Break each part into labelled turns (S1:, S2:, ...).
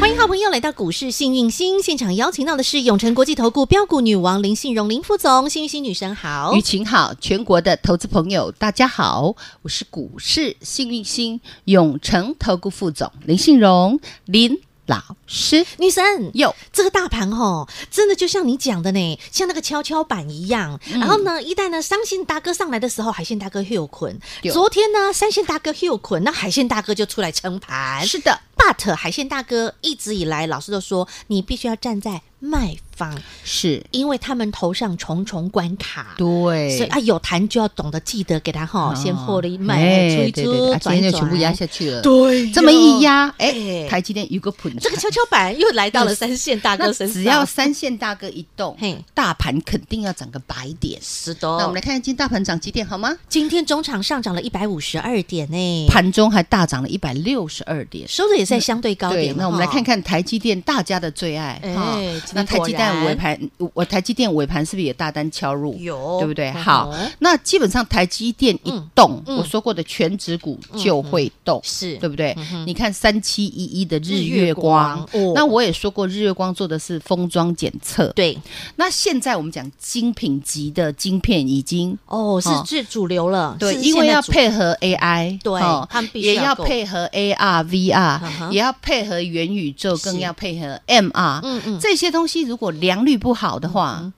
S1: 欢迎好朋友来到股市幸运星现场，邀请到的是永诚国际投顾标股女王林信荣林副总，幸运星女神好
S2: 于。晴好，全国的投资朋友大家好，我是股市幸运星永诚投顾副总林信荣林老师。
S1: 女神，
S2: 哟，
S1: 这个大盘哦，真的就像你讲的呢，像那个跷跷板一样。然后呢，一旦呢三线大哥上来的时候，海线大哥又捆。
S2: 有
S1: 昨天呢，三线大哥又捆，那海线大哥就出来撑盘。
S2: 是的，
S1: But 海线大哥一直以来，老师都说你必须要站在卖方，
S2: 是，
S1: 因为他们头上重重关卡。所以
S2: 对，哦
S1: 啊，有谈就要懂得记得给他哈，先获利卖，
S2: 哎
S1: 出一
S2: 对对
S1: 出，
S2: 啊今
S1: 转一
S2: 天就全部
S1: 转
S2: 压下去了。
S1: 对，
S2: 这么一，压，哎
S1: 哎，
S2: 台积电有个捧场，
S1: 这个跷跷板又来到了三线大哥
S2: 那
S1: 身上，
S2: 只要三线大哥一动
S1: 嘿，哦
S2: 大盘肯定要涨个百点。
S1: 十
S2: 那我们
S1: 多
S2: 来。看看今天大盘涨几点好吗？
S1: 今天中场上涨了一百五十二点呢，
S2: 盘中嗯还大涨了一百六十二点，
S1: 收的也在相对高
S2: 对，
S1: 点了哈。
S2: 那我们来看看台积电，大家的最爱
S1: 哎
S2: 哈
S1: 今天
S2: 那台
S1: 果
S2: 积
S1: 然
S2: 电尾盘，我台积电尾盘是不是也大单敲入？
S1: 有
S2: 对不对？
S1: 嗯哼
S2: 好，那基本上台积电一动，
S1: 嗯嗯嗯
S2: 我说过的全指股就会动。
S1: 是
S2: 对不对？你看三七一一的日
S1: 日月
S2: 月
S1: 光
S2: 光，
S1: 哦
S2: 那我也说过，日月光做的是封装检测。
S1: 对
S2: 那现在我们讲精品级的晶片已经
S1: 哦，是
S2: 哦
S1: 最主流了，
S2: 对，
S1: 是
S2: 因为
S1: 现在
S2: 要
S1: 主
S2: 配合 AI，
S1: 对
S2: 哦
S1: 他们必须
S2: 也
S1: 要
S2: 要
S1: 够
S2: 配合 AR、VR，、
S1: 嗯哼
S2: 也要配合元宇宙，更
S1: 是
S2: 要配合 MR。
S1: 嗯嗯
S2: 这些东西如果良率不好的话，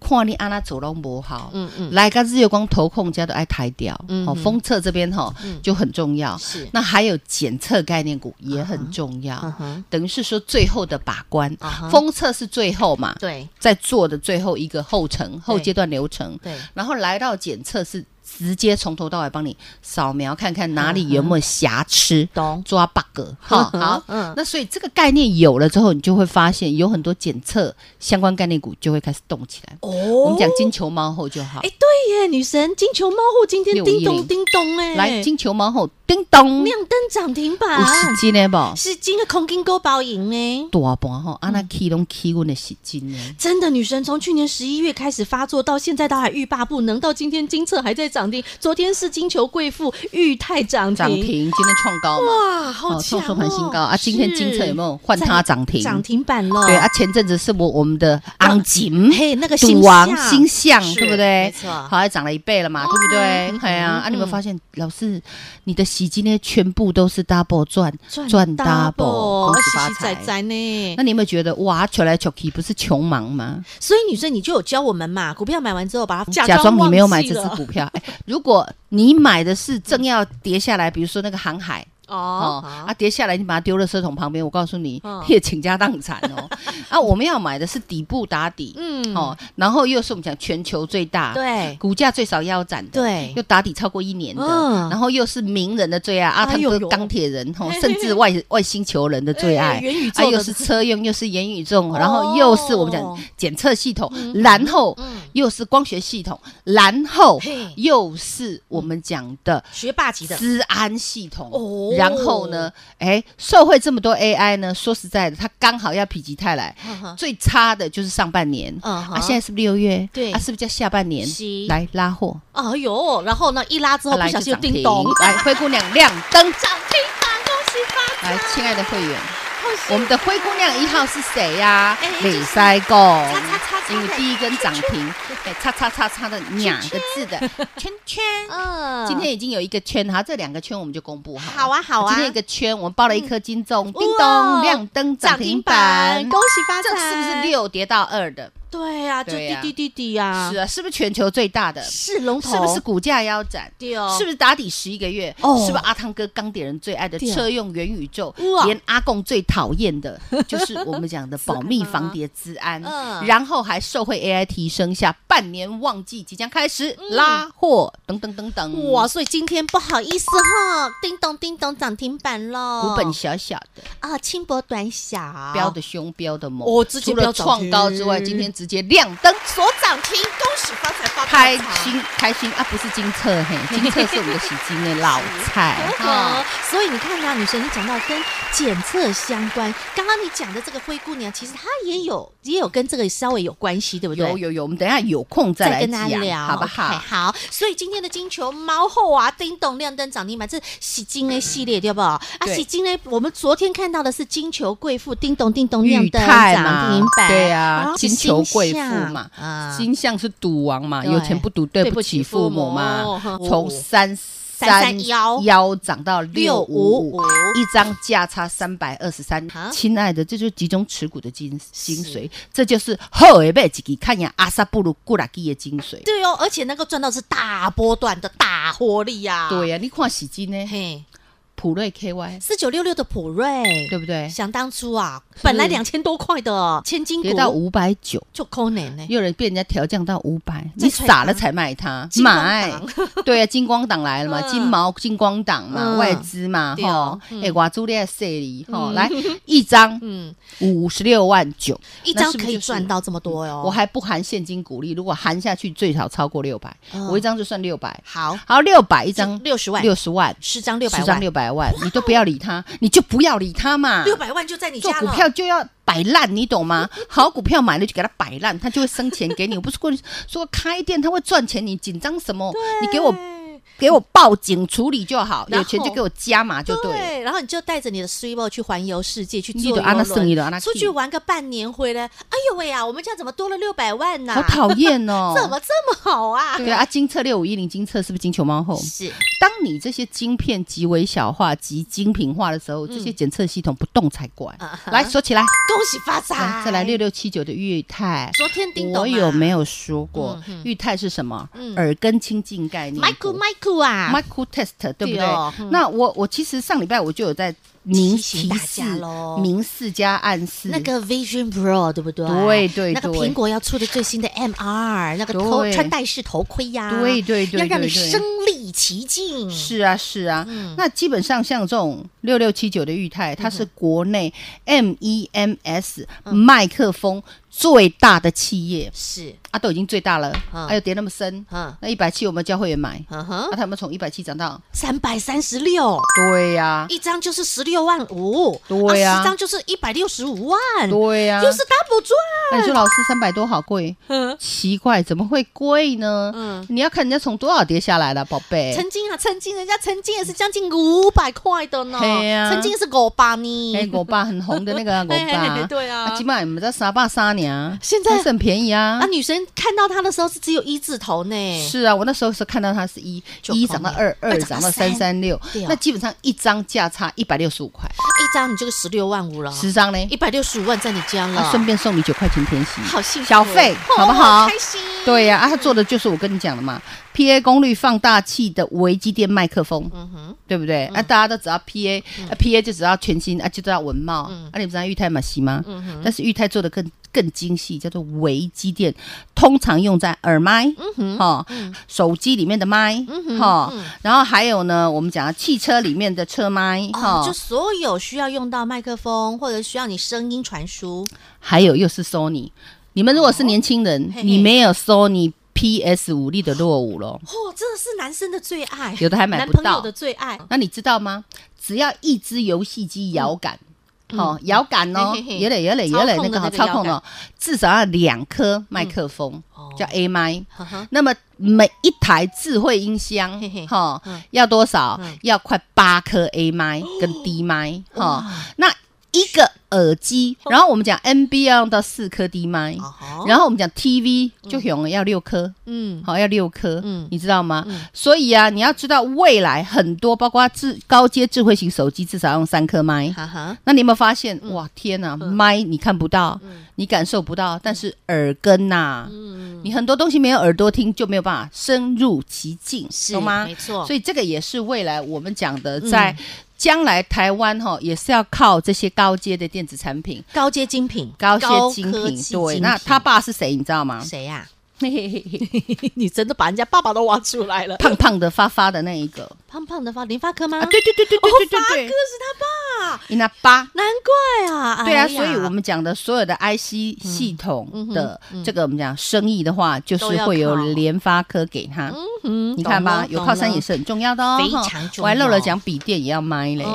S2: 看你安那走拢不好。
S1: 嗯嗯
S2: 来个日月光投控家都爱抬掉，
S1: 嗯
S2: 哦，
S1: 哼
S2: 封测这边哈、哦就很重要。
S1: 是
S2: 那还有检测概念股也很重要，
S1: 嗯哼
S2: 等于是说最后的把关
S1: 啊哈，
S2: 封测是最后嘛，
S1: 对
S2: 在做的最后一个后程后
S1: 对
S2: 阶段流程，
S1: 对
S2: 然后来到检测是直接从头到尾帮你扫描，看看哪里有没
S1: 啊
S2: 有瑕疵，
S1: 懂
S2: 抓 bug 哈。
S1: 嗯
S2: 好，
S1: 嗯
S2: 那所以这个概念有了之后，你就会发现有很多检测相关概念股就会开始动起来。
S1: 哦，
S2: 我
S1: 我
S2: 们讲金球猫后就好
S1: 哎，，对耶，女神金球猫后今天叮咚
S2: 610
S1: 叮咚哎，
S2: 来金球猫后叮咚，
S1: 亮灯涨停板
S2: 有，十斤的不？
S1: 是今个空金勾包赢呢。
S2: 大盘吼，啊那
S1: 嗯
S2: 起拢起阮的十斤呢。
S1: 真的，女神从去年十一月开始发作，到现在都还欲罢不能，到今天金策还在涨停，昨天是金球贵妇裕泰涨
S2: 涨停，
S1: 停，
S2: 今天创高嘛，
S1: 哇，好强
S2: 创
S1: 哦！
S2: 收盘新高啊！今天金策有没有换它涨停？
S1: 是涨停板了？
S2: 对啊，，前阵子是我我们的昂锦，
S1: 哦嘿那个星
S2: 赌王
S1: 象
S2: 星象，
S1: 是
S2: 对不对？
S1: 没错哦嗯
S2: 好，还涨了一倍了嘛，对不对？哎呀，啊，你有没有发现，老师，你的喜金呢，全部都是 double 赚，赚 double，恭喜
S1: 喜
S2: 发
S1: 喜仔
S2: 财。
S1: 仔呢
S2: 那。你有没有觉得哇，求来求去不是穷忙吗？
S1: 所以女生你就有教我们嘛，股票买完之后把它
S2: 假装你没有买
S1: 忘记
S2: 这只
S1: 了
S2: 股票，哎，如果你买的是正要跌下来，比如说那个航海，
S1: 哦
S2: 哦，啊，跌下来你把它丢了车桶旁边，我告诉你
S1: 嗯，
S2: 也倾家荡产 哦。啊，我们要买的是底部打底，
S1: 嗯
S2: 哦，然后又是我们讲全球最大，，
S1: 对
S2: 股价最少腰斩的，
S1: 对
S2: 又打底超过一年的，
S1: 嗯
S2: 然后又是名人的最爱啊，
S1: 哎
S2: 他
S1: 呦呦
S2: 们都钢 铁人哦
S1: 嘿，
S2: 甚至外外星球人的最
S1: 哎
S2: 爱，
S1: 元宇宙
S2: 啊，
S1: 的
S2: 又是车用，又是元宇宙，
S1: 哦嗯
S2: 然后又是我们讲检测系统，然后又是光学系统，然后
S1: 嘿
S2: 又是我们讲的。
S1: 学霸级的
S2: 治安系统。
S1: 哦
S2: 然后呢，哎，受惠这么多 AI 呢，说实在的，它刚好要否极泰来，
S1: 嗯哼
S2: 最差的就是上半年。
S1: 嗯哼
S2: 啊，现在是不是六月？
S1: 对
S2: 啊，是不是叫下半年
S1: 是？
S2: 来拉货，
S1: 哎呦，然后呢一拉之后
S2: 啊
S1: 不
S2: 来
S1: 小
S2: 就
S1: 心就
S2: 涨
S1: 叮
S2: 停
S1: 咚，，
S2: 来灰姑娘亮灯。
S1: 涨停板，恭喜发
S2: 来，亲爱的会员，
S1: 财！
S2: 我们的灰姑娘一号是谁呀
S1: 哎？
S2: 李塞贡
S1: 叉叉叉，
S2: 因为第一根涨停，哎，叉叉叉叉的两个字的圈圈。
S1: 嗯
S2: 今天已经有一个圈，好，这两个圈我们就公布好了。
S1: 好啊好啊
S2: 今天一个圈，我们包了一颗金钟，叮
S1: 哇
S2: 咚亮灯涨停板，
S1: 恭喜发财！
S2: 这是不是？六跌到二的？
S1: 对呀、就
S2: 对
S1: 滴
S2: 呀
S1: 滴滴滴呀，
S2: 是啊，是不是全球最大的？
S1: 是龙头，
S2: 是不是股价腰斩？
S1: 对哦
S2: 是不是打底十一个月？
S1: 哦
S2: 是不是阿汤哥钢铁人最爱的
S1: 对哦
S2: 车用元宇宙
S1: 哇？
S2: 连阿贡最讨厌 的就是我们讲的保密防谍资安
S1: 嗯，
S2: 然后还受惠 AI 提升下，半年旺季即将开始拉货，等等等等。
S1: 嗯哇，，所以今天不好意思哈，叮咚叮咚涨停板喽，
S2: 股本小小的，
S1: 啊，轻薄短小，
S2: 标的凶，标的猛。
S1: 哦直接
S2: 除了
S1: 飙涨
S2: 创高之外，
S1: 停
S2: 今天直接亮灯。
S1: 所涨停，恭喜发财发
S2: 开
S1: 大财。
S2: 心开心啊，不是金策 嘿，金策是我们的喜金的老菜
S1: 哦
S2: 哈。，
S1: 所以你看啊，女神，你讲到跟检测相关，刚刚你讲的这个灰姑娘，其实她也有也有跟这个稍微有关系，对不对？
S2: 有有有，我们等一下有空再
S1: 再
S2: 来
S1: 跟大家聊，
S2: 讲，好不
S1: OK，
S2: 好？
S1: 好，所以今天的金球猫后啊，叮咚亮灯涨停板，这喜金 A 系列对不？啊，
S2: 对
S1: 喜金 A，我们昨天看到的是金球贵妇叮咚叮咚亮
S2: 裕
S1: 灯
S2: 泰
S1: 涨
S2: 嘛
S1: 停，板，
S2: 对
S1: 然
S2: 啊
S1: 后，
S2: 金
S1: 是星
S2: 球贵妇
S1: 哦象
S2: 嘛，
S1: 啊
S2: 金像是赌王嘛，
S1: 对
S2: 有钱不赌，对
S1: 对不
S2: 不
S1: 起
S2: 起
S1: 父
S2: 父
S1: 母哦
S2: 母嘛
S1: 哼。
S2: 从三
S1: 三幺
S2: 幺涨到六五
S1: 655
S2: 五，一张价差三百二十三
S1: 啊。
S2: 亲爱的，这就是集中持股的精精髓，这就是后一辈自己看呀，阿萨布鲁古拉基的精髓。
S1: 对哦，而且能够赚到是大波段的大获利呀、
S2: 对，呀、你看喜金呢，
S1: 嘿，
S2: 普瑞 KY
S1: 四九六六的普瑞，
S2: 对不对？
S1: 想当初啊，本来两千多块的千金股
S2: 跌到五百九，
S1: 就扣年呢，
S2: 又有人被人家调降到五百，
S1: 再
S2: 你
S1: 踹
S2: 傻
S1: 它
S2: 了才卖它，
S1: 金光
S2: 买
S1: 党
S2: 对啊，金光党来了嘛，
S1: 嗯
S2: 金毛金光党嘛，
S1: 嗯
S2: 外资嘛，
S1: 对哦
S2: 哈，哎，瓦朱利亚塞里 哈，来一张
S1: 嗯，
S2: 五十六万九，
S1: 一张
S2: 那是不是
S1: 可以
S2: 就是
S1: 赚到这么多哟。
S2: 我还不含现金股利，如果含下去最少超过六百，
S1: 嗯
S2: 我一张就算六百，
S1: 好
S2: 好，六百一张
S1: 六十万，
S2: 六十万，
S1: 十张六百
S2: 十张
S1: 万，
S2: 六百万，你都不要理它，你就不要理它嘛，
S1: 六百万就在你
S2: 做
S1: 家
S2: 股
S1: 了。
S2: 票就要摆烂，你懂吗？ 好股票买了就给它摆烂，它就会生钱给你。我不是跟你说开店它会赚钱，你紧张什么？你给我给我报警处理就好，
S1: 然
S2: 有
S1: 后
S2: 钱就给我加码就 对了。
S1: 对，然后你就带着你的 s u i o 去环游世界，去
S2: 你
S1: 坐
S2: 就按那
S1: 游轮
S2: 剩，你的按那
S1: 出去玩个半年回来，哎呦喂呀，我们家怎么多了六百万呢？
S2: 好讨厌 哦！
S1: 怎么这么好啊？
S2: 对啊，金策六五一零金策是不是金球猫后？
S1: 是
S2: 当你这些晶片极微小化、极精品化的时候，这些检测系统不动才怪
S1: 啊。哈
S2: 来说起来，
S1: 恭喜发
S2: 来
S1: 财，
S2: 再来六六七九的裕泰，
S1: 昨天叮咚、啊，
S2: 我有没有说过
S1: 嗯嗯
S2: 裕泰是什么
S1: 嗯？
S2: 耳根清净概念股
S1: Michael Michael 啊
S2: Micro Test 对不
S1: 对
S2: 对
S1: 哦嗯？
S2: 那我我其实上礼拜我就有在明
S1: 提醒
S2: 提
S1: 大
S2: 示
S1: 家咯
S2: 明示加暗示
S1: 那个 Vision Pro 对不对？
S2: 对对
S1: 那个
S2: 对
S1: 苹果要出的最新的 MR，那个头
S2: 对
S1: 穿戴式头盔呀、
S2: 对对对
S1: 要让你
S2: 对对
S1: 身临其境。
S2: 是啊是啊
S1: 嗯，
S2: 那基本上像这种六六七九的裕泰，它是国内 MEMS
S1: 嗯
S2: 麦克风最大的企业
S1: 是，
S2: 啊，都已经最大了
S1: 嗯，
S2: 还有跌那么深，
S1: 嗯
S2: 那一百七我们教会员买，
S1: 嗯哼
S2: 那，他们从一百七涨到
S1: 三百三十六
S2: 对呀
S1: 一张就是十六万五，
S2: 啊对啊
S1: 十张就是一百六十五万，
S2: 对
S1: 嗯
S2: 呀，哎
S1: 就是 double 赚。
S2: 那你说老师三百多好贵？
S1: 嗯
S2: 奇怪，怎么会贵呢？
S1: 嗯
S2: 你要看人家从多少跌下来了，宝贝。
S1: 曾经啊，曾经人家曾经也是将近五百块的呢，
S2: 嘿啊
S1: 曾经是五百呢，
S2: 哎，我爸很红的那个我
S1: 嘿 嘿嘿
S2: 爸，
S1: 对啊
S2: 起码你们在沙巴沙娘，
S1: 现在
S2: 还是很便宜啊
S1: 啊，。女神看到他的时候是只有一字头呢，
S2: 是啊，我那时候是看到它是一
S1: 就
S2: 一涨到二，
S1: 二
S2: 二
S1: 涨
S2: 涨
S1: 到
S2: 到三三六
S1: 对哦，
S2: 那基本上一张价差一百六十五块，
S1: 哎一张你就十六万五了，
S2: 十张呢，
S1: 一百六十五万在你家了，
S2: 啊，顺便送你九块钱甜心，
S1: 好幸福，
S2: 小费
S1: 哦
S2: 好不好
S1: 开心，
S2: 对呀、啊，他做的就是我跟你讲的嘛，PA 功率放大器的微机电麦克风，
S1: 嗯
S2: 对不对？啊，大家都只要 PA，、啊 PA 就只要全新，啊就知道文貌，
S1: 嗯
S2: 啊你不知道裕泰马西吗？但是裕泰做的更更精细，叫做微机电，通常用在耳麦，
S1: 嗯
S2: 哈、手机里面的麦，哈、然后还有呢，我们讲的汽车里面的车麦，哈、
S1: 哦，就所有需要用到麦克风或者需要你声音传输，
S2: 还有又是 Sony。你们如果是年轻人，
S1: 哦嘿嘿
S2: 你没有 Sony PS 五力的落伍 喽。
S1: 哦，这是男生的最爱，
S2: 有的还买不
S1: 男朋友
S2: 到
S1: 的最爱，
S2: 那你知道吗？只要一只游戏机摇杆，好、摇杆
S1: 嗯
S2: 哦，
S1: 嘿嘿嘿
S2: 也得也得也
S1: 操
S2: 得
S1: 控的
S2: 那个好
S1: 那个摇
S2: 操
S1: 杆
S2: 控哦，至少要两颗麦克风，
S1: 哦
S2: 叫 A 麦。
S1: 呵呵
S2: 那么每一台智慧音箱
S1: 嘿嘿，
S2: 哈
S1: 嗯，
S2: 要多少
S1: 嗯？哦
S2: 要快八颗 A 麦跟 D 麦，哈。那一个耳机，然后我们讲 NB 要用到四颗 D 麦，
S1: 哦吼
S2: 嗯然后我们讲 TV 就用了要六颗，
S1: 嗯
S2: 好要六颗，
S1: 嗯
S2: 你知道吗？所以啊，你要知道未来很多，包括智高阶智慧型手机至少要用三颗麦。
S1: 哈哈，
S2: 那你有没有发现？
S1: 嗯
S2: 哇，天呐，麦你看不到，你感受不到，但是耳根呐，
S1: 嗯
S2: 你很多东西没有耳朵听就没有办法深入其境，懂吗？
S1: 没错，嗯
S2: 所以这个也是未来我们讲的，在将来台湾哈、也是要靠这些高阶的电子产品、
S1: 高阶精品，
S2: 高阶精
S1: 高科
S2: 品
S1: 技。
S2: 对，
S1: 精
S2: 那
S1: 品
S2: 他爸是谁？你知道 吗？
S1: 谁呀？
S2: 嘿嘿嘿嘿
S1: 你真的把人家爸爸都挖出来了，
S2: 胖胖的、发发的那一个
S1: 胖胖的发联发科吗？
S2: 啊，对对对对对对
S1: 哦发哥
S2: 对对，
S1: 是他爸，
S2: 你那八。
S1: 难怪啊。哎
S2: 对啊，
S1: 呀嗯
S2: 所以我们讲的所有的 IC 系统的这个我们讲生意的话，就是会有
S1: 都要靠
S2: 联发科给他。
S1: 嗯
S2: 你看
S1: 懂
S2: 吧，
S1: 了
S2: 有靠山
S1: 懂了
S2: 也是很重要的哦。
S1: 非
S2: 哈
S1: 常重
S2: 我还漏
S1: 要
S2: 了讲笔电也要买嘞。
S1: 哦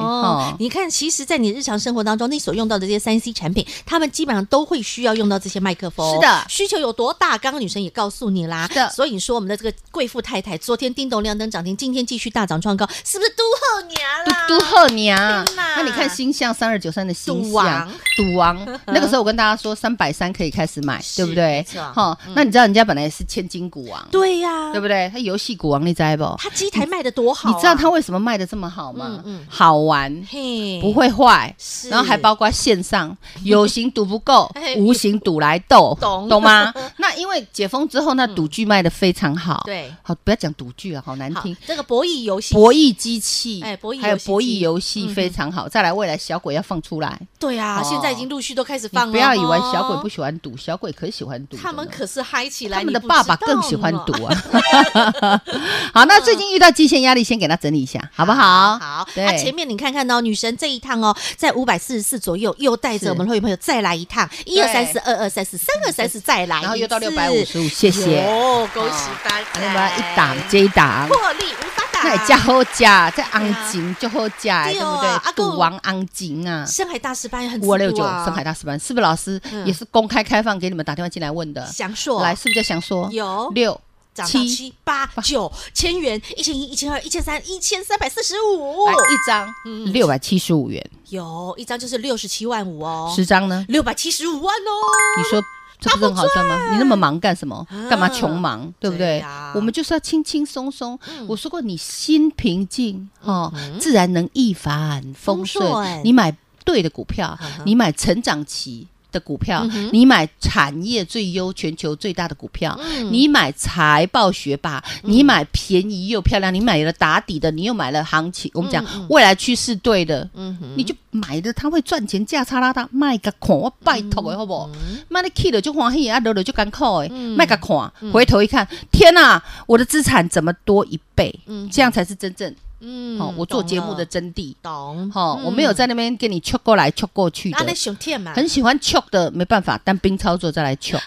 S2: 哦，，
S1: 你看，其实，在你日常生活当中，你所用到的这些三 C 产品，他们基本上都会需要用到这些麦克风。
S2: 是的
S1: 需求有多大？刚刚女生也告诉你啦。
S2: 是的
S1: 所以你说我们的这个贵妇太太，昨天叮咚亮灯涨停，今天继续大涨创高，是不是都后娘
S2: 嘟
S1: 啦？
S2: 嘟贺娘
S1: 天哪，
S2: 那你看星象三二九三的星
S1: 赌
S2: 象
S1: 王，嗯
S2: 赌王，那个时候我跟大家说三百三可以开始买，
S1: 是
S2: 对不对
S1: 没错？嗯
S2: 哈，那你知道人家本来是千金股王，
S1: 对呀、
S2: 对不对？他游戏股王，你知道不？
S1: 他机台卖的多好、
S2: 你知道他？为什么卖的这么好吗
S1: 啊嗯嗯？
S2: 好玩，
S1: 嘿，
S2: 不，会坏，
S1: 是
S2: 然后还包括线上有形赌不够
S1: 哎，
S2: 无形赌来斗，
S1: 懂
S2: 吗？那因为解封之后，那赌具卖的非常好，，
S1: 对，
S2: 好不要讲赌具了，啊好难
S1: 好
S2: 听。，
S1: 这个博弈游戏，
S2: 博弈机器，
S1: 哎博弈游戏嗯
S2: 还有博弈游戏非常好。再来，未来小鬼要放出来，
S1: 对啊，
S2: 哦
S1: 现在已经陆续都开始
S2: 你
S1: 放了。哦啊
S2: 不要以为小鬼不，喜欢赌，小鬼可喜欢赌的呢。
S1: 他们可是嗨起来，
S2: 他们的
S1: 你不知
S2: 爸
S1: 道
S2: 爸更喜欢
S1: 呢
S2: 赌啊。 好，那最近遇到极限压力，先给他整理一下，好不好？
S1: 好，
S2: 对
S1: 那前面你看看哦，女神这一趟哦，在五百四十四左右，又带着
S2: 是
S1: 我们会员朋友再来一趟，一二三四，二二三四，三二三四，再来一次，
S2: 然后又到655谢谢
S1: 哦，恭喜发财，
S2: 那么一档接一档，
S1: 获利无法 打，
S2: 那也加哎好加，再昂金就好加，
S1: 对
S2: 对
S1: 哦
S2: 不
S1: 啊
S2: 对？
S1: 还有
S2: 赌王昂金啊。
S1: 深海大师班也很
S2: 五二六
S1: 刺
S2: 九，
S1: 骨啊
S2: 上哎海大师班是不是老师
S1: 嗯
S2: 也是公开开放给你们打电话进来问的？
S1: 祥硕
S2: 来，是不是就想说
S1: 有
S2: 六
S1: 涨到
S2: 七
S1: 七八九千元，一千一、一千二、一千三、一千三百四十五
S2: 来，哎一张
S1: 哦嗯
S2: 六百七十五元，
S1: 有一张就是六十七万五哦，
S2: 十张呢？
S1: 六百七十五万哦，
S2: 你说这不是很好赚吗？你那么忙干什么
S1: 啊？
S2: 干嘛穷忙？对不
S1: 对
S2: 对
S1: 呀？嗯
S2: 我们就是要轻轻松松。我说过，你心平静哦，自然能一帆风顺
S1: 风顺。嗯
S2: 你买对的股票，你买成长期。的股票，你买产业最优、全球最大的股票，
S1: 嗯
S2: 你买财报学霸，你买便宜又漂亮，你买了打底的，你又买了行情。我们讲未来趋势对的，
S1: 嗯哼，
S2: 你就买的它会赚钱，价差拉大，卖个看，我拜托
S1: 嗯
S2: 的好不好？妈的去了就欢喜，啊落了就艰苦的，卖个看，回头一看，天哪、我的资产怎么多一倍？
S1: 嗯
S2: 这样才是真正
S1: 嗯
S2: 哦，我做节目的真谛
S1: 懂了，
S2: 哦，我没有在那边跟你 c 过来 c 过去
S1: 啊，那
S2: 的。
S1: 熊天嘛，
S2: 很喜欢 c 的，没办法，单兵操作再 来 c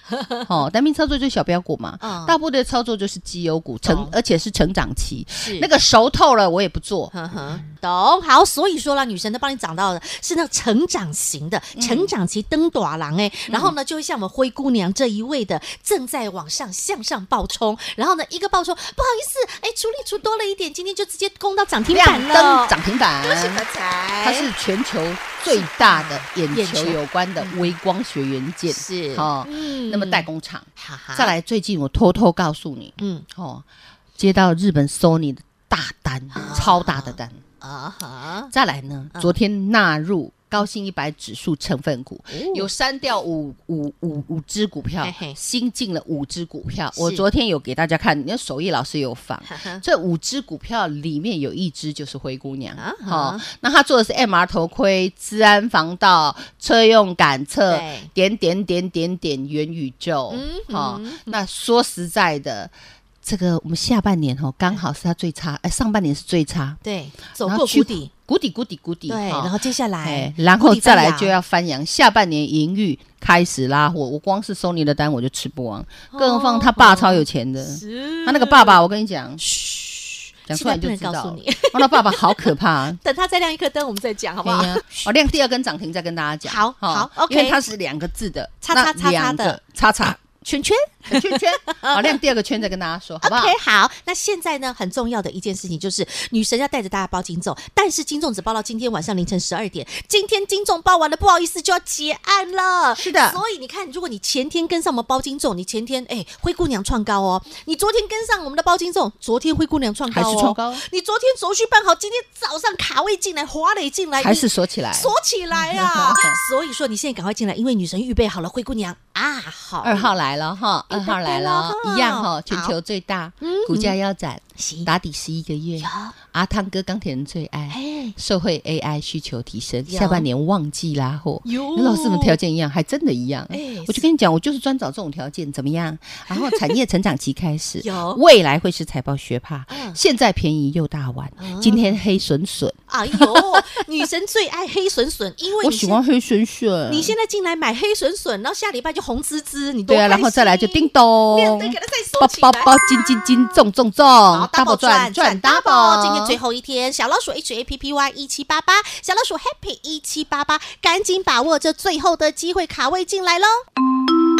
S2: 哦，单兵操作就是小标股嘛，
S1: 嗯
S2: 大部队的操作就是绩优股，成
S1: 懂
S2: 而且是成长期，
S1: 是
S2: 那个嗯熟透了我也不做，
S1: 呵呵，懂好，所以说啦，女神都帮你长到的是那成长型的，
S2: 嗯
S1: 成长期登短郎哎，然后呢，就会像我们灰姑娘这一位的，正在往上向上暴冲，然后呢，一个暴冲，不好意思，哎，主力出多了一点，今天就直接攻到涨停
S2: 亮
S1: 板了，
S2: 灯涨停板，
S1: 恭喜发财，
S2: 它是全球最大的眼
S1: 眼球
S2: 球有关的微光学元件，
S1: 是
S2: 哦，
S1: 嗯
S2: 那么代，工厂。
S1: 哈哈，
S2: 再，来，最近我偷偷告诉你，
S1: 嗯
S2: 哦，接到日本 Sony 的大单，超大的单。
S1: 啊哈，
S2: 再来呢，
S1: 啊
S2: 昨天纳入高新一百指数成分股，有删掉五五五五只股票
S1: 哦嘿嘿，
S2: 新进了五只股票。
S1: 是嗯
S2: 我昨天有给大家看，那首页老师有放，
S1: 哈哈，
S2: 这五只股票里面有一只就是灰姑娘，
S1: 啊
S2: 好、
S1: 哈
S2: 那她做的是 MR 头盔、治安防盗、车用感测
S1: 对、嗯
S2: 点点点点点元宇宙，好、那说实在的，这个我们下半年哦，刚好是它最差，哎，上半年是最差，
S1: 对，走
S2: 然
S1: 过
S2: 后去
S1: 谷底，，
S2: 谷底，谷底，谷底，
S1: 对，
S2: 哈
S1: 然后接下来
S2: 哎，，然后再
S1: 谷底翻
S2: 来
S1: 扬
S2: 就要翻扬，下半年盈余开始拉货，我光是收你的单我就吃不完，更何况他爸
S1: 哦
S2: 超有钱的，他那个爸爸，我跟你讲，
S1: 嗯嘘，
S2: 讲
S1: 现
S2: 出来
S1: 在不
S2: 你就
S1: 能
S2: 知道
S1: 告诉
S2: 了
S1: 你。。
S2: 哦，那爸爸好可怕、啊。
S1: 等它再亮一颗灯，我们再讲好不
S2: 对
S1: 好？
S2: 呀、哦，亮第二根涨停再跟大家讲。
S1: 好
S2: 哦
S1: 好，OK
S2: 因为它是两个字的，
S1: 叉叉叉叉
S2: 那两个
S1: 的
S2: 叉叉
S1: 圈圈。
S2: 圈 圈，好亮第二个圈再跟大家说，好不好？
S1: OK，好。那现在呢，很重要的一件事情就是，女神要带着大家包金粽，但是金粽只包到今天晚上凌晨十二点。今天金粽包完了，不好意思，就要结案了。
S2: 是的
S1: 所以你看，如果你前天跟上我们包金粽，你前天哎灰姑娘创高哦，你昨天跟上我们的包金粽，昨天灰姑娘创高、哦、
S2: 还是创高
S1: 你昨天手续办好，今天早上卡位进来，华磊进来，
S2: 还
S1: 你
S2: 是锁起来。
S1: 锁起来 啊！所以说你现在赶快进来，因为女神预备好了灰姑娘啊，好
S2: 二号来了哈，二号来了，
S1: 一百多了哈
S2: 一样哈，全球最大，股价腰斩，
S1: 行
S2: 打底十一个月
S1: 有，
S2: 阿汤哥钢铁人最爱，
S1: 哎
S2: 社会 AI 需求提升，
S1: 有
S2: 下半年旺季拉货，
S1: 哟
S2: 那老师们条件一样，还真的一样
S1: 哦哎，，
S2: 我就跟你讲，我就是专找这种条件，怎么样？然后产业成长期开始
S1: 有
S2: 未来会是财报学霸
S1: 嗯，啊
S2: 现在便宜又大碗，今天黑笋笋，
S1: 哎呦，女神最爱黑笋笋，因为
S2: 我
S1: 你
S2: 喜
S1: 现
S2: 欢黑笋笋，
S1: 你现在进来买黑笋笋，然后下礼拜就红滋滋，你多
S2: 对啊，
S1: 开心
S2: 然后再来就叮咚，
S1: 面对给它再收
S2: 包
S1: 起来
S2: 包包，金金金，重重重
S1: 好，double 赚赚 double，今天最后一天，小老鼠 H A P P Y 一七八八，小老鼠 Happy 一七八八，赶紧把握这最后的机会，卡位进来喽！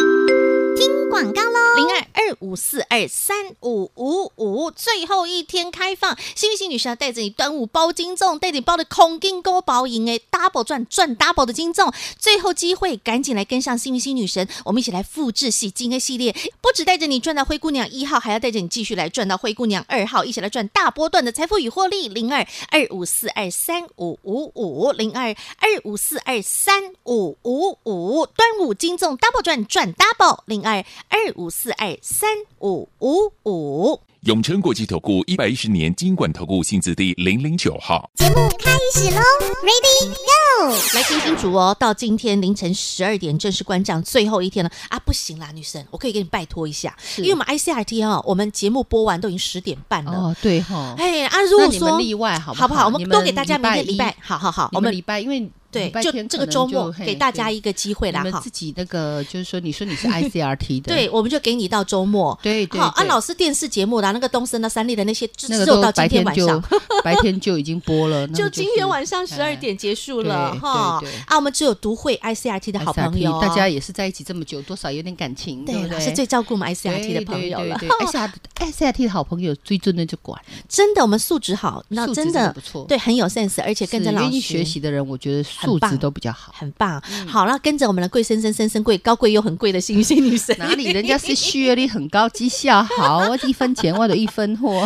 S1: 听广告喽，零二二五四二三五五五，最后一天开放，幸运星女神要带着你端午包金粽，带着你包的孔金勾包赢哎，double 赚赚 double 的金粽，最后机会赶紧来跟上幸运星女神，我们一起来复制喜金 A 系列，不止带着你赚到灰姑娘一号，还要带着你继续来赚到灰姑娘二号，一起来赚大波段的财富与获利，零二二五四二三五五五零二二五四二三五五五，端午金粽 double 赚赚 double，零二二五四二三五五五。
S3: 永诚国际投顾一百一十年金管投顾性质第零零九号，
S1: 来听清楚哦，到今天凌晨十二点正式关账，最后一天了啊！不行啦，女神，我可以给你拜托一下，因为我们 ICRT 啊、我们节目播完都已经十点半了。
S2: 哦，对哈，
S1: 哎啊，如果
S2: 那你们
S1: 说
S2: 例外好不
S1: 好不好？我
S2: 你
S1: 们
S2: 们
S1: 多给大家明天
S2: 礼
S1: 礼
S2: 拜
S1: 拜，好好好，
S2: 我
S1: 我
S2: 们
S1: 们
S2: 礼拜因为
S1: 对
S2: 礼拜
S1: 就
S2: 天
S1: 这
S2: 可
S1: 个
S2: 能
S1: 周末
S2: 就嘿
S1: 给大家
S2: 对
S1: 一个机会啦
S2: 你
S1: 哈
S2: 们自。己那个就是说，你说 你是 ICRT 的，
S1: 对，我们就给你到周末。
S2: 对对
S1: 好，啊，
S2: 对
S1: 老师电视节目啦，那个东森的、三立的那些，就
S2: 那
S1: 只
S2: 个
S1: 有到
S2: 都
S1: 今
S2: 白
S1: 天
S2: 天
S1: 晚
S2: 就
S1: 上。
S2: 白天就已经播 了，那
S1: 就
S2: 个
S1: 今
S2: 是
S1: 天晚上十二
S2: 哎
S1: 点结束了
S2: 对
S1: 哈
S2: 对对
S1: 啊！我们只有读会 ICRT 的好朋友
S2: ICRT
S1: 哦，
S2: 大家也是在一起这么久，多少有点感情，对
S1: 对
S2: 不
S1: 老
S2: 对？
S1: 师最照顾我们
S2: 对
S1: ICRT 的朋友了
S2: 对。哎啊对对 ICRT ICRT 的好朋友追真的就管，
S1: 真的，我们素质好，那
S2: 素质
S1: 真
S2: 真
S1: 的
S2: 的不错
S1: 对，很有 sense，而且跟着
S2: 是
S1: 老
S2: 愿
S1: 师
S2: 意学习嗯的人，我觉得素
S1: 很棒
S2: 质都比较好。
S1: 很棒。好，那跟着我们的贵生生生生贵，高贵又很贵的幸运星女神，
S2: 哪里？人家是学历很高，绩效好，我一分钱我都一分货，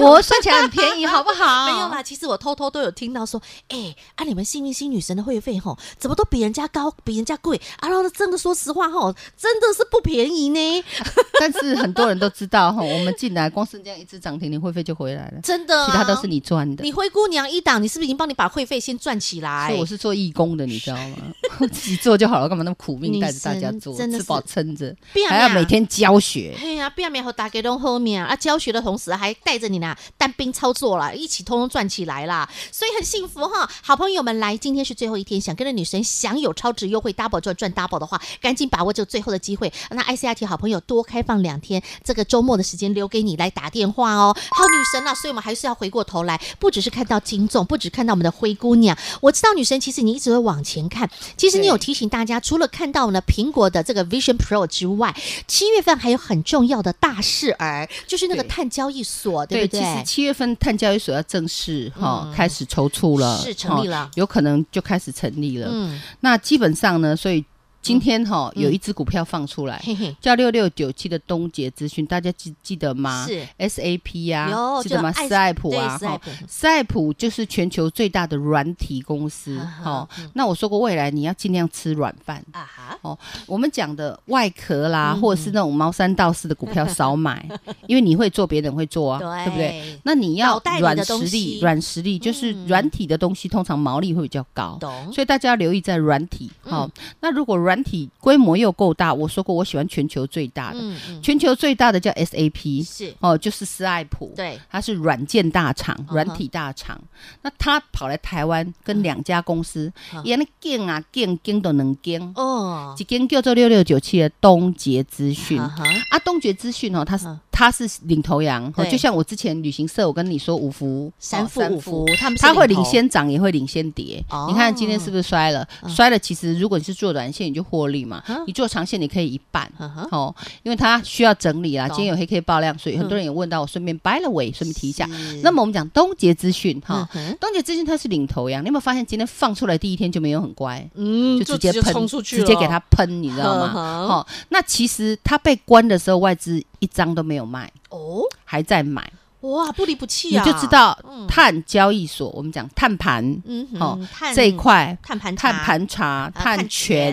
S2: 我算起来很便宜，好不好？
S1: 没有啦，其实我偷偷都有听到说，哎、啊，你们幸运星女神的会费吼，怎么都比人家高，比人家贵啊？然后真的说实话吼，真的是不便宜呢，
S2: 但是很多人都知 道哈，我们进来光是这样一只涨停，你会费就回来了，
S1: 真的、啊。
S2: 其他都是。你赚的。
S1: 你哎灰姑娘一档，你是不是已经帮你把会费先赚起来
S2: 所以？我是做义工的，你知道吗？ 我自己做就好了，干嘛那么苦
S1: 女
S2: 命带着大家做，
S1: 神真的
S2: 吃
S1: 是
S2: 饱撑着
S1: 变，啊
S2: 还要每天教学。
S1: 嘿呀、啊，不要面和大家都后面啊！教学的同时还带着你呢，单兵操作啦，一起通通赚起来啦，所以很幸福哈！好朋友们来，今天是最后一天，想跟着女神享有超值优惠 double 赚赚 double 的话，赶紧把握这个最后的机会。那 ICRT 好朋友多开放两天，这个周末的时间留给你来打电话哦。好女神啊，所以我们还是要回过头来，不只是看到金粽，不只看到我们的灰姑娘，我知道女神其实你一直会往前看，其实你有
S2: 对
S1: 提醒大家，除了看到呢苹果的这个 Vision Pro 之外，七月份还有很重要的大事儿，就是那个
S2: 对
S1: 碳交易所，对不
S2: 其实
S1: 对？
S2: 七月份碳交易所要正式哈、开始筹措了，哦
S1: 是成立
S2: 哈
S1: 了
S2: 有可能就开始成立了。
S1: 嗯，
S2: 那基本上呢，所以今天哈、有一只股票放出来，
S1: 嘿嘿，
S2: 叫六六九七的东杰资讯，大家记记得吗？
S1: 是
S2: SAP 呀、
S1: 有
S2: 记得吗？
S1: 就爱
S2: 斯爱普
S1: 对
S2: 啊，
S1: 斯爱普
S2: 哈斯爱普就是全球最大的软体公司。
S1: 啊哈
S2: 哈、那我说过，未来你要尽量吃软饭。
S1: 啊哈，
S2: 哦，我们讲的外壳啦，
S1: 嗯
S2: 或者是那种毛三到四的股票 少买，因为你会做，别人会做啊，
S1: 对
S2: 对不对？那你
S1: 脑
S2: 要
S1: 袋里的
S2: 软
S1: 东
S2: 实
S1: 西嗯
S2: 力，软实力就是软体的东西，通常毛利会比较高。
S1: 懂，嗯
S2: 所以大家要留意在软体，好、那如果软体规模又够大，我说过我喜欢全球最大的，
S1: 嗯嗯，
S2: 全球最大的叫 SAP，
S1: 是
S2: 哦，就是斯爱普，
S1: 对，嗯
S2: 它是软件大厂、
S1: 哼
S2: 软体大厂。那它跑来台湾跟两家公司
S1: 嗯，
S2: 也那建啊建建都能建，
S1: 哦，
S2: 一间叫做六六九七的东杰资讯
S1: 啊哈
S2: 嗯啊，东杰资讯哦，它是
S1: 嗯
S2: 它他是领头羊，哦
S1: 对
S2: 就像我之前旅行社，我跟你说五福、
S1: 三
S2: 哦
S1: 富五福他们是
S2: 他会
S1: 领头
S2: 领先涨，也会领先跌
S1: 哦。嗯
S2: 你看今天是不是摔了？摔了，其实如果你是做短线，你就获利嘛；你做长线，你可以一半
S1: 嗯哼
S2: 哦，因为它需要整理啦。
S1: 懂
S2: 今天有黑 K 爆量，所以很多人也问到我，顺便 by the way，顺便提一下
S1: 是。
S2: 那么我哦们讲东杰资讯哈
S1: 嗯哼，
S2: 东杰资讯它是领头羊，你有没有发现今天放出来第一天就没有很乖？
S1: 嗯
S2: 就直接喷
S1: 冲出去
S2: 直
S1: 了，嗯
S2: 接给它喷，你知道吗？
S1: 呵呵
S2: 哦，那其实它被关的时候，外资一张都没有卖，
S1: 哦，
S2: 还在买，
S1: 哇，不离不弃
S2: 你
S1: 啊，
S2: 就知，道
S1: 嗯
S2: 碳交易所，我们讲碳盘
S1: 嗯哼，
S2: 哦
S1: 碳
S2: 这一块。
S1: 碳盘
S2: 碳
S1: 查
S2: 盘查、
S1: 碳权
S2: 碳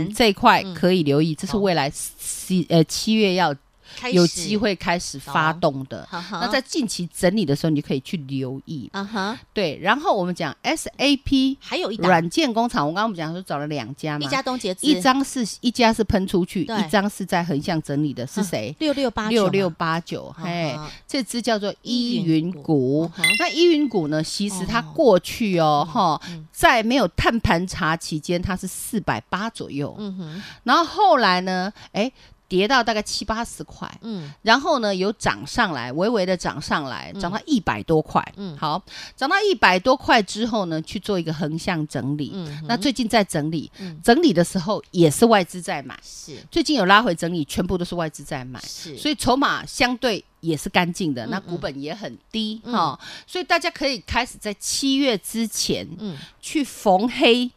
S2: 权这一块
S1: 嗯
S2: 可以留意，这是
S1: 懂
S2: 未来七呃七月要
S1: 开
S2: 有
S1: 始
S2: 机，会开始发
S1: 懂
S2: 动的。那
S1: 那
S2: 在近期整理的时候，你就可以去留意。
S1: 啊哈，
S2: 对，然后我们讲 SAP
S1: 还有一档
S2: 软件工厂，我刚刚我们讲说找了两家嘛，
S1: 一家东杰资
S2: 一张是一家是喷出去，
S1: 对
S2: 一张是在横向整理的，是谁？
S1: 六六八
S2: 六六八九，嘿
S1: 嗯哼，
S2: 这只叫做
S1: 依
S2: 依
S1: 云
S2: 云
S1: 股
S2: 股
S1: 嗯哼。
S2: 那依云股呢？其实它
S1: 哦嗯
S2: 过去哦，哈，在没有碳盘查期间，它是四百八左右，
S1: 嗯哼，
S2: 然后后来呢，哎，跌到大概七八十块，
S1: 嗯
S2: 然后呢，有涨上来，微微的涨上来，涨到一百多块。
S1: 嗯
S2: 嗯，好，涨到一百多块之后呢，去做一个横向整理。
S1: 嗯
S2: 那
S1: 哼
S2: 最近在整理，
S1: 嗯
S2: 整理的时候也是外资在买，
S1: 是
S2: 最近有拉回整理，全部都是外资在买，
S1: 是，
S2: 所以筹码相对也是干净的，那
S1: 嗯
S2: 股本也很低哈、
S1: 嗯
S2: 哦所以大家可以开始在七月之前
S1: 嗯
S2: 去逢黑。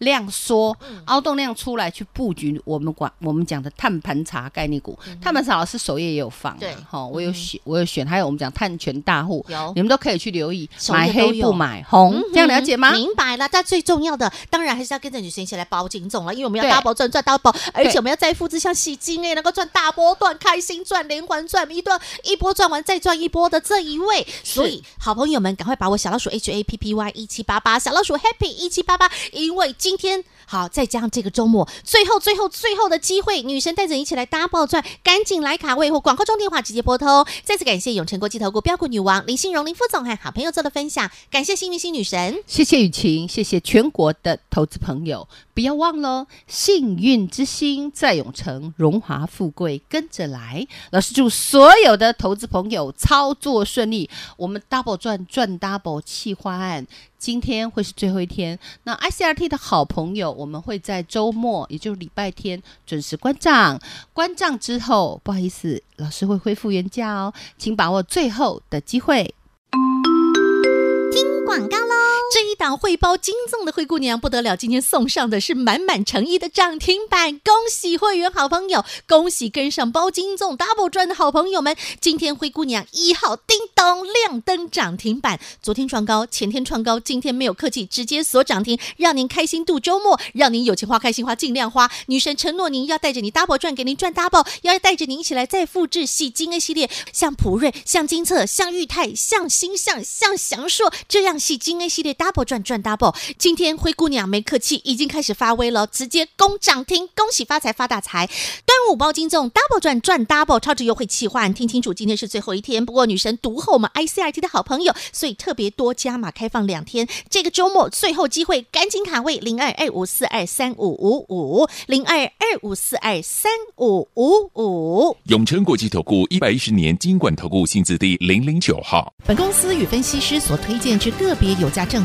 S2: 量缩，凹动量出来去布局我们管我们讲的碳盘查概念股，碳盘查老师首页也有
S1: 嗯
S2: 放
S1: 对嗯
S2: 嘛，哈，我有选，我有选，还有我们讲碳权大户，
S1: 有
S2: 你们都可以去留意，
S1: 首页
S2: 买
S1: 都
S2: 黑
S1: 有
S2: 不买红
S1: 嗯，
S2: 这样了解吗？
S1: 明白了，但最重要的当然还是要跟着女神一起来包金粽了，因为我们
S2: 对
S1: 要 double 赚赚 double，而且我们要再复制像喜金哎，能够赚大波段，开心赚，连环赚，一段一波赚完再赚一波的这一位，所以好朋友们赶快把我小老鼠 H A P P Y 一七八八，小老鼠 Happy 一七八八，因为今天好再加上这个周末，最后最后最后的机会，女神带着你一起来 double 赚，赶紧来卡位或广告中电话直接拨通。哦再次感谢永诚国际投顾标股女王林信荣林副总和好朋友做的分享，感谢幸运星女神。
S2: 谢谢雨晴，谢谢全国的投资朋友，不要忘了，幸运之星在永城，荣华富贵跟着来。老师祝所有的投资朋友操作顺利，我们 double 赚赚 double 企划案。今天会是最后一天，那 ICRT 的好朋友，我们会在周末，也就是礼拜天准时关账。关账之后，不好意思，老师会恢复原价哦，请把握最后的机会。
S1: 广告喽！这一档会包金粽的灰姑娘不得了，今天送上的是满满诚意的涨停板，恭喜会员好朋友，恭喜跟上包金粽 double 赚的好朋友们！今天灰姑娘一号叮咚亮灯涨停板，昨天创高，前天创高，今天没有客气，直接锁涨停，让您开心度周末，让您有钱花开心花，尽量花。女神承诺您要带着你 double 赚，给您赚 double，要带着您一起来再复制喜金 A 系列，像普瑞、像金策、像裕泰、像星象、像祥硕这样喜金 A 系列 double 赚赚 double。今天灰姑娘没客气，已经开始发威了，直接攻涨停，恭喜发财发大财！端午包金粽 double 赚赚 double 超值优惠企划，你听清楚，今天是最后一天。不过女神独后我们 ICRT 的好朋友，所以特别多加码开放两天，这个周末最后机会，赶紧卡位零二二五四二三五五五零二二五四二三五五五。
S3: 永诚国际投顾一百一十年金管投顾性质第零零九号。
S4: 本公司与分析师所推荐之个别有价证